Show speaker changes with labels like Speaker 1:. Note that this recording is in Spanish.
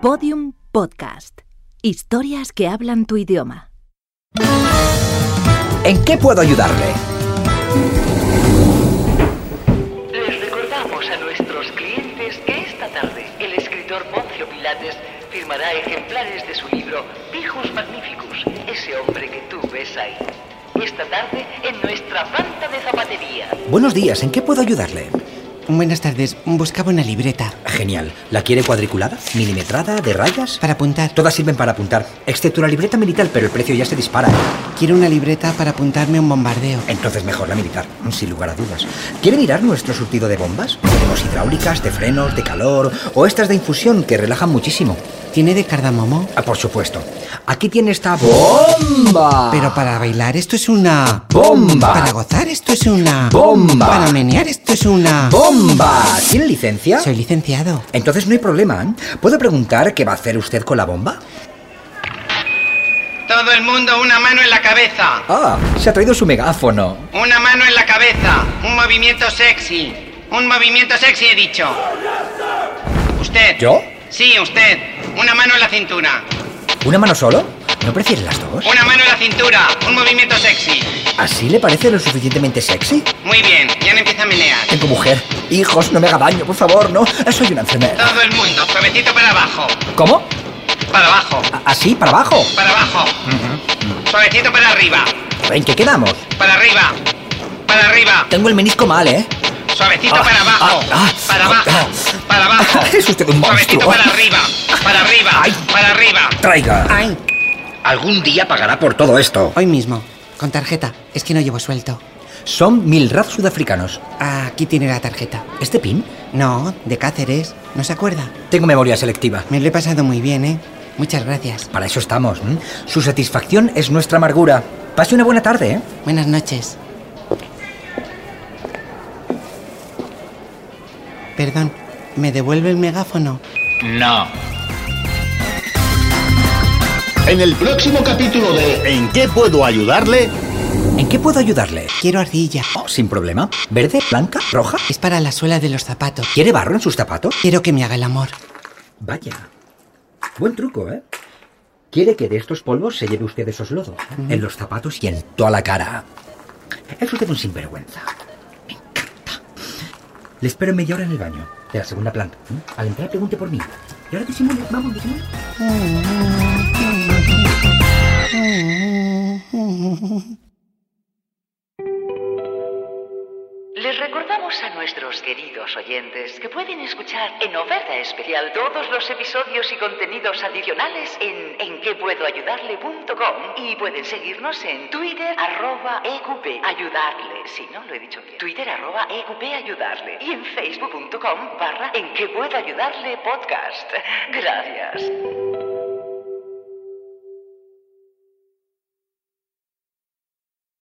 Speaker 1: Podium Podcast. Historias que hablan tu idioma.
Speaker 2: ¿En qué puedo ayudarle?
Speaker 3: Les recordamos a nuestros clientes que esta tarde el escritor Poncio Pilates firmará ejemplares de su libro Pijus Magnificus, ese hombre que tú ves ahí. Esta tarde en nuestra banda de zapatería.
Speaker 2: Buenos días, ¿en qué puedo ayudarle?
Speaker 4: Buenas tardes, buscaba una libreta
Speaker 2: Genial. ¿La quiere cuadriculada? ¿Milimetrada? ¿De rayas?
Speaker 4: para apuntar.
Speaker 2: Todas sirven para apuntar, excepto la libreta militar, pero el precio ya se dispara.
Speaker 4: Quiero una libreta para apuntarme a un bombardeo.
Speaker 2: Entonces mejor la militar, sin lugar a dudas. ¿Quiere mirar nuestro surtido de bombas? Tenemos hidráulicas, de frenos, de calor o estas de infusión que relajan muchísimo.
Speaker 4: ¿Tiene de cardamomo?
Speaker 2: Ah, por supuesto. Aquí tiene esta bomba.
Speaker 4: Pero para bailar esto es una...
Speaker 2: Bomba.
Speaker 4: Para gozar esto es una...
Speaker 2: Bomba.
Speaker 4: Para menear esto es una...
Speaker 2: bomba. ¿Tiene licencia?
Speaker 4: Soy licenciado.
Speaker 2: Entonces no hay problema. ¿eh? ¿Puedo preguntar qué va a hacer usted con la bomba?
Speaker 5: Todo el mundo una mano en la cabeza.
Speaker 2: Ah, se ha traído su megáfono.
Speaker 5: Una mano en la cabeza. Un movimiento sexy. Un movimiento sexy he dicho. Usted.
Speaker 2: ¿Yo?
Speaker 5: Sí, usted. Una mano en la cintura.
Speaker 2: ¿Una mano solo? ¿No prefiere las dos?
Speaker 5: Una mano en la cintura. Un movimiento sexy.
Speaker 2: ¿Así le parece lo suficientemente sexy?
Speaker 5: Muy bien, ya me empieza a menear.
Speaker 2: Tengo mujer. Hijos, no me haga daño, por favor, no. Soy una enfermera.
Speaker 5: Todo el mundo, suavecito para abajo.
Speaker 2: ¿Cómo?
Speaker 5: Para abajo.
Speaker 2: ¿A- ¿Así, para abajo?
Speaker 5: Para abajo. Suavecito para arriba.
Speaker 2: ¿En qué quedamos?
Speaker 5: Para arriba. Para arriba.
Speaker 2: Tengo el menisco mal, ¿eh?
Speaker 5: Suavecito
Speaker 2: Ah,
Speaker 5: para abajo.
Speaker 2: ah, ah,
Speaker 5: para abajo.
Speaker 2: ah.
Speaker 5: para abajo.
Speaker 2: Es usted un
Speaker 5: Suavecito
Speaker 2: monstruo.
Speaker 5: para arriba. Para arriba.
Speaker 2: Ay.
Speaker 5: Para arriba.
Speaker 2: Traiga.
Speaker 4: ¡Ay!
Speaker 2: Algún día pagará por todo esto.
Speaker 4: Hoy mismo. Con tarjeta. Es que no llevo suelto.
Speaker 2: Son mil raf sudafricanos.
Speaker 4: Ah, Aquí tiene la tarjeta.
Speaker 2: ¿Este pin?
Speaker 4: No, de Cáceres. ¿No se acuerda?
Speaker 2: Tengo memoria selectiva.
Speaker 4: Me lo he pasado muy bien, ¿eh? Muchas gracias.
Speaker 2: Para eso estamos. ¿m? Su satisfacción es nuestra amargura. Pase una buena tarde, ¿eh?
Speaker 4: Buenas noches. Perdón, ¿me devuelve el megáfono?
Speaker 6: En el próximo capítulo de ¿En qué puedo ayudarle?
Speaker 2: ¿En qué puedo ayudarle?
Speaker 4: Quiero ardilla.
Speaker 2: Oh, sin problema. ¿Verde? ¿Blanca? ¿Roja?
Speaker 4: Es para la suela de los zapatos.
Speaker 2: ¿Quiere barro en sus zapatos?
Speaker 4: Quiero que me haga el amor.
Speaker 2: Vaya. Buen truco, ¿eh? Quiere que de estos polvos se lleve usted esos lodos. En los zapatos y en toda la cara. Es usted un sinvergüenza. Me encanta. Le espero en media hora en el baño, de la segunda planta. ¿m? Al entrar pregunte por mí. Y ahora disimule, vamos, disimule.
Speaker 3: Les recordamos a nuestros queridos oyentes que pueden escuchar en oferta especial todos los episodios y contenidos adicionales en enquepuedoayudarle.com y pueden seguirnos en Twitter arroba EQP ayudarle. Si no, lo he dicho bien. Twitter arroba EQP ayudarle y en facebook.com barra en que puedo ayudarle podcast. Gracias.